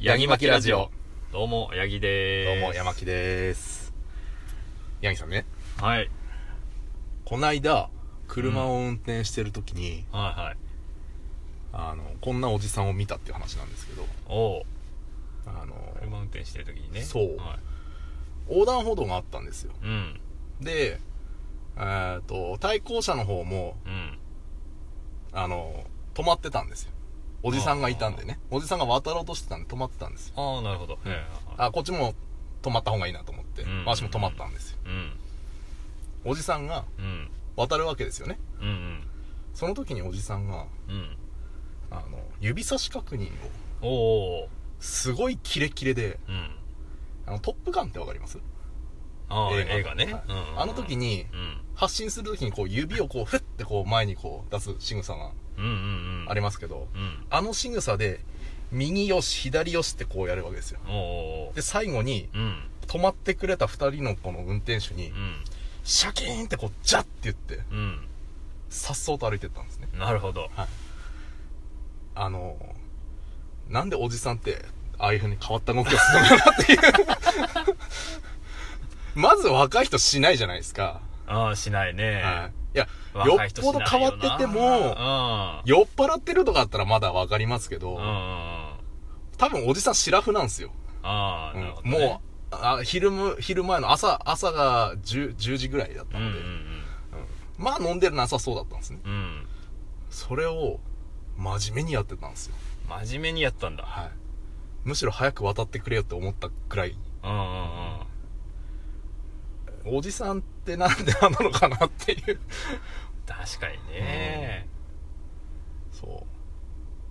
ヤギマキラジオ。どうも、ヤギでどうーす。も、山木です。ヤギさんね、はい。こないだ、車を運転してるときに、はいはい。あの、こんなおじさんを見たっていう話なんですけど、おう。あの、車運転してる時にね。そうはい、横断歩道があったんですよ。うん。で、えーっと、対向車の方も、うん。あの、止まってたんですよ。おじさんがいたんでね。おじさんが渡ろうとしてたんで止まってたんですよ。ああ、なるほど。はいはいはいあ、こっちも止まった方がいいなと思ってうん、私も止まったんですよ。うん。おじさんがうん。渡るわけですよね。うん。うん。その時におじさんが、うん。あの、指差し確認を、おう。すごいキレキレで、うん。あの、トップガンってわかりますああ、映画映画ね。はいうんうんうんあの時。にう、ん。発進する時にこう指をこう、ふってこう前にこう出す仕草がうんうんうん。ありまますけど、うん。あの仕草で、右よし、左よしってこうやるわけですよ。おう。で、最後に、うん。止まってくれた二人のこの運転手にう、ん。シャキーンってこう、ジャッって言って、うん。さっそうと歩いてったんですね。なるほど。あの、なんでおじさんって、ああいう風に変わった動きをするのかな っていう。まず若い人しないじゃないですか。ああ、しないね。はい。いや、よ若いっ人ぽどしない変わよなってても、酔っ払ってるとかだったらまだわかりますけうどん。うん。う、んうん。多分おじさんシラフなんですよ。ああ、うんなるほどね。もう、あ昼む、昼前の朝、朝が10、10時ぐらいだったうんうのんで、まあ飲んでなさそうだったんですね。うん。うん。それを、真面目にやってたんですよ。真面目にやったんだ。はい。むしろ早く渡ってくれよって思ったくらいうんうんうん。おじさんってなんであんなのかなっていう。確かにね。そう。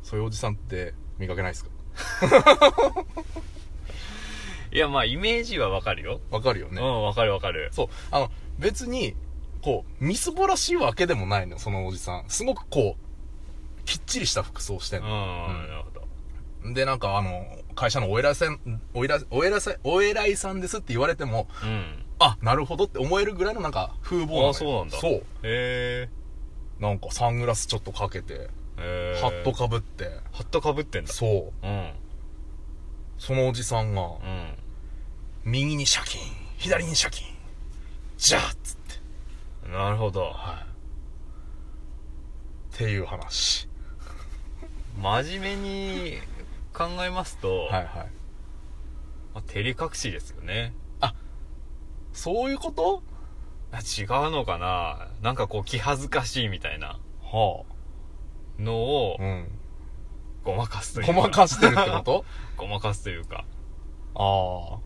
そういうおじさんって見かけないですかいや、まあ、イメージはわかるよ。わかるようね。ん、わかるわかる。そう。あの、別に、こう、みすぼらしいわけでもないのよ、そのおじさん。すごくこう、きっちりした服装してうんん、の。なるほど。で、なんかあの、会社のお偉いさん、お偉い、お偉いさん、お偉いさんですって言われても、うん。あ、なるほどって思えるぐらいのなんか風貌のよあそうなんだそう。へなんかサングラスちょっとかけて、え。へーハット。かぶって、ハットかぶってんだ。そう。うん。そのおじさんが、うん。右にシャキーン左にシャキーンじゃあっつってなるほど。はいっていう話真面目に考えますと、はいはいまあ、照れ隠しですよね。そういうことあ違うのかななんかこう、気恥ずかしいみたいなはのをあ、うんごまかすというごか。まかしてるってことごまかすというか。ああ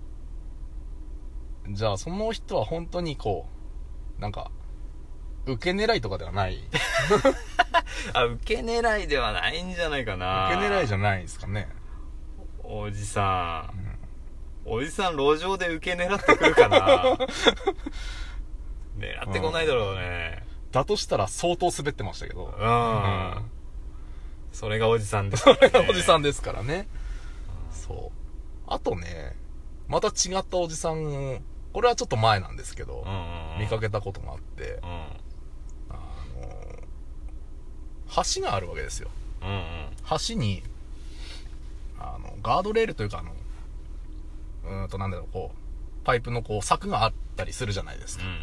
じゃあその人は本当にこうなんか受け狙いとかではない受あ、受け狙いではないんじゃないかけな狙いじゃないですかねおじさん、おじさん路上で受け狙ってくる かな狙ってこないだろうねだとしたら相当滑ってましたけどうん、それがおじさんです、おじさんんですからね。そう。あとね、また違ったおじさんを、これはちょっと前なんですけどう、んうん見かけけたことがあって、うんあのー橋があるわけですよ。うんうん橋に、あの、ガードレールというか、あの、うーんと、なんだろう、こう、パイプのこう、柵があったりするじゃないですうか。ん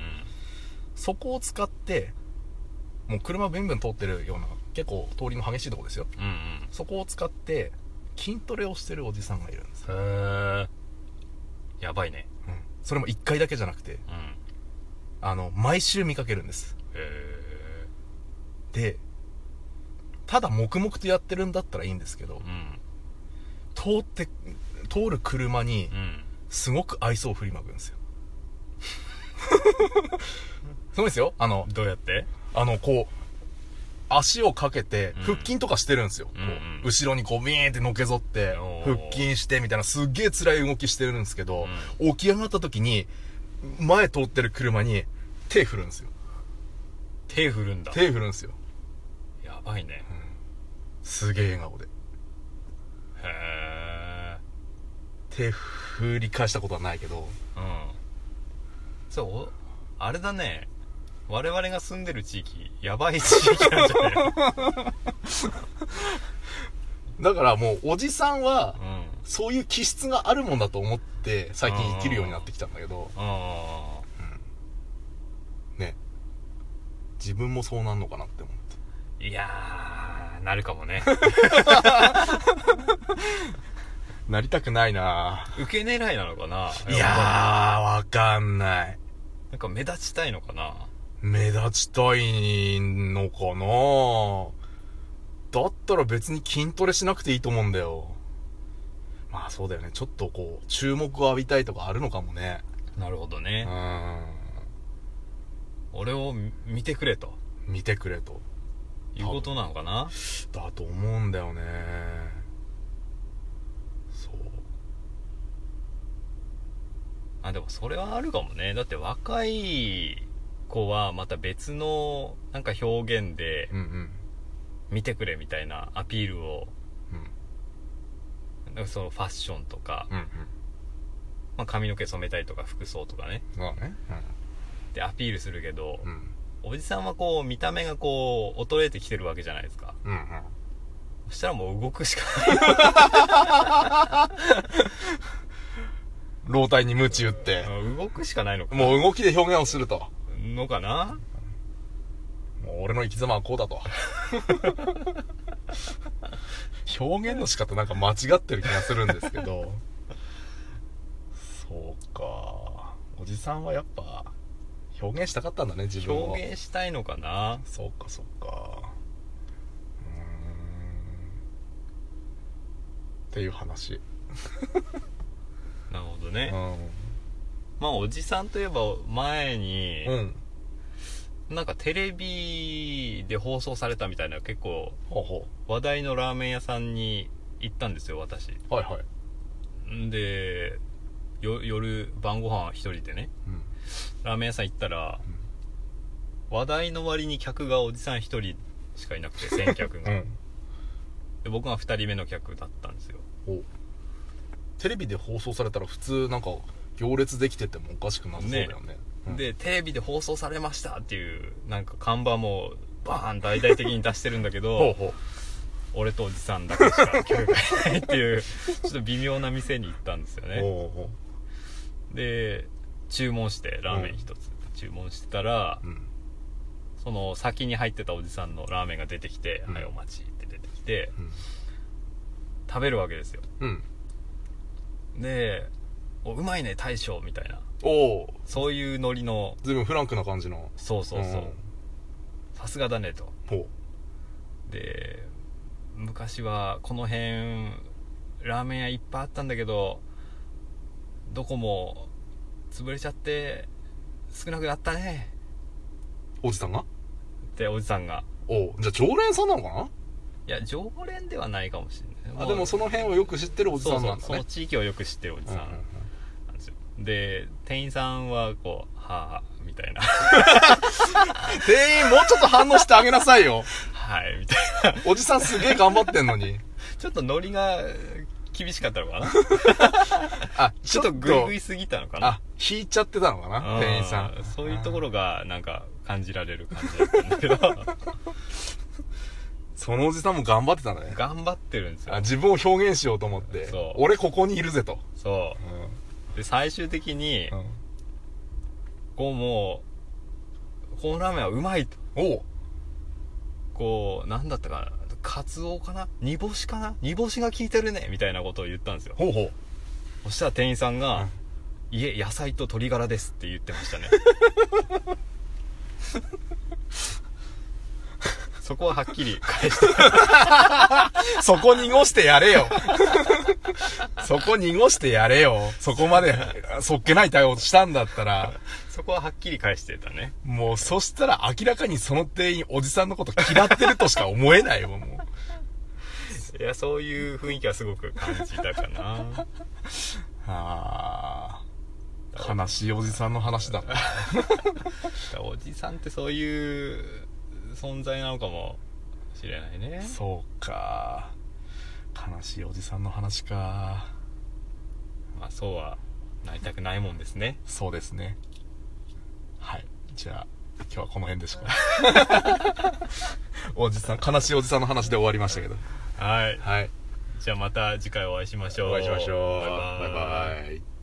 そこを使って、もう車ブンブン通ってるような、結構通りの激しいとこですよ。うんうんそこを使って、筋トレをしてるおじさんがいるんです。うんへえやばいねうんそれも1回だけじゃなくて、うんへあの、毎週見かけるんです。えで、ただ黙々とやってるんだったらいいんですけどう、ん通って、通る車にう、んすごく愛想を振りまくんですよ。 すごいですよ。あの、どうやってあの、こう、足をかけて、うん腹筋とかしてるんですよ。こううんうん後ろにこう、ビーンってのけぞってお、ー腹筋してみたいな、すっげえ辛い動きしてるんですけど、起き上がった時に、前通ってる車に、手振るんですよ。手振るんだ手振るんですよやばいねすげえ笑顔でへえ手振り返したことはないけどうん。そう、おあれだね。我々が住んでる地域、やばい地域なんじゃ ないのだからもうおじさんはうん。そういう気質があるもんだと思って最近生きるようになってきたんだけどああね自分もそうなんのかなって思っていやーなるかも ねなりたくないな受け狙いなのかなぁいやーわかんないなんか目立ちたいのかな目立ちたいのかなだったら別に筋トレしなくていいと思うんだよまあそうだよねちょっとこう注目を浴びたいとかあるのかもねなるほどうね、ん俺を見見てくれと見てくれということなのかなだと思うんだよねそうあでもそれはあるかもねだって若い子はまた別のなんか表現でうんうん見てくれみたいなアピールをうんなんかそのファッションとか、うんまあ、髪の毛染めたりとか服装とかねうんまあねでアピールするけど、うんうんおじさんはこう見た目がこう衰えてきてるわけじゃないですかうんうんそしたらもう動くしか老体に鞭打ってない 動くしかないのかもう動きで表現をするとのかなもう俺の生き様はこうだと表現の仕方なんか間違ってる気がするんですけどそうかおじさんはやっぱ表現したかったんだね自分を表現したいのかなそうかそうかうーんっていう話なるほどうね、んまあおじさんといえば前に、うんなんかテレビで放送されたみたいな結構ほうほ話題のラーメン屋さんに行ったんですよ私うはいはいんでよ夜晩ご飯一人でねうんラーメン屋さん行ったらうん話題の割に客がおじさん一人しかいな くて先客が、うんで僕が二人目の客だったんですよおテレビで放送されたら普通なんか行列できててもおかしくなさそうだよねうんでテレビで放送されましたっていうなんか看板もバーン大々的に出してるんだけほうどほ俺とおじさんだけしか客がいないっていう ちょっと微妙な店に行ったんですよう、ねおうおうで注文してラーメン一つ注文してたらうんその先に入ってたおじさんのラーメンが出てきて「うんはいお待ち」って出てきてうん食べるわけですようんで「おうまいね大将」みたいなおおそういうノリの随分フランクな感じのそうそうそんうさすがだねとほで昔はこの辺ラーメン屋いっぱいあったんだけどどこも潰れちゃって少なくなったねうおじさんがっておじさんがおうじゃあ常連さんなのかないや常連ではないかもしれないあでもその辺をよく知ってるおじさんなんだねそうそうその地域をよく知ってるおじさんうんうんうんなんですよ、で店員さんはこう「はあ」みたいな 店員もうちょっと反応してあげなさいよ「はい」みたいなおじさんすげえ頑張ってんのにちょっとノリが厳しかったのか なあちょっとグイグイすぎたのかなあ引いちゃってたのかな店員さうんそういうところがなんか感じられる感じだったんだけどそのおじさんも頑張ってたんだね 頑張ってるんですよあ自分を表現しようと思ってそう俺ここにいるぜとそうんうで最終的にこうもうこのラーメンはうまいとおうこうなんだったかなカツオかな煮干しかな煮干しが効いてるねみたいなことを言ったんですよほ うほうそしたら店員さんうがん「いえ野菜と鶏ガラです」って言ってました ねそこははっきり返してそこ濁してやれよ。 そこ濁してやれよ。そこまで、そっけない対応したんだったら、そこははっきり返してたねもうそしたら明らかにその店員、おじさんのこと嫌ってるとしか思えないもん、 もいやそういう雰囲気はすごく感じたかなう。はあ。悲しいおじさんの話だった。おじさんってそういう存在なのかもしれないねそうか。悲しいおじさんの話か。まあそうはなりたくないもんですねそうですね。はい。じゃあ、今日はこの辺でしょうか。 おじさん、悲しいおじさんの話で終わりましたけど。はいはい。じゃあまた次回お会いしましょうお会いしましょうバイバイバイバイ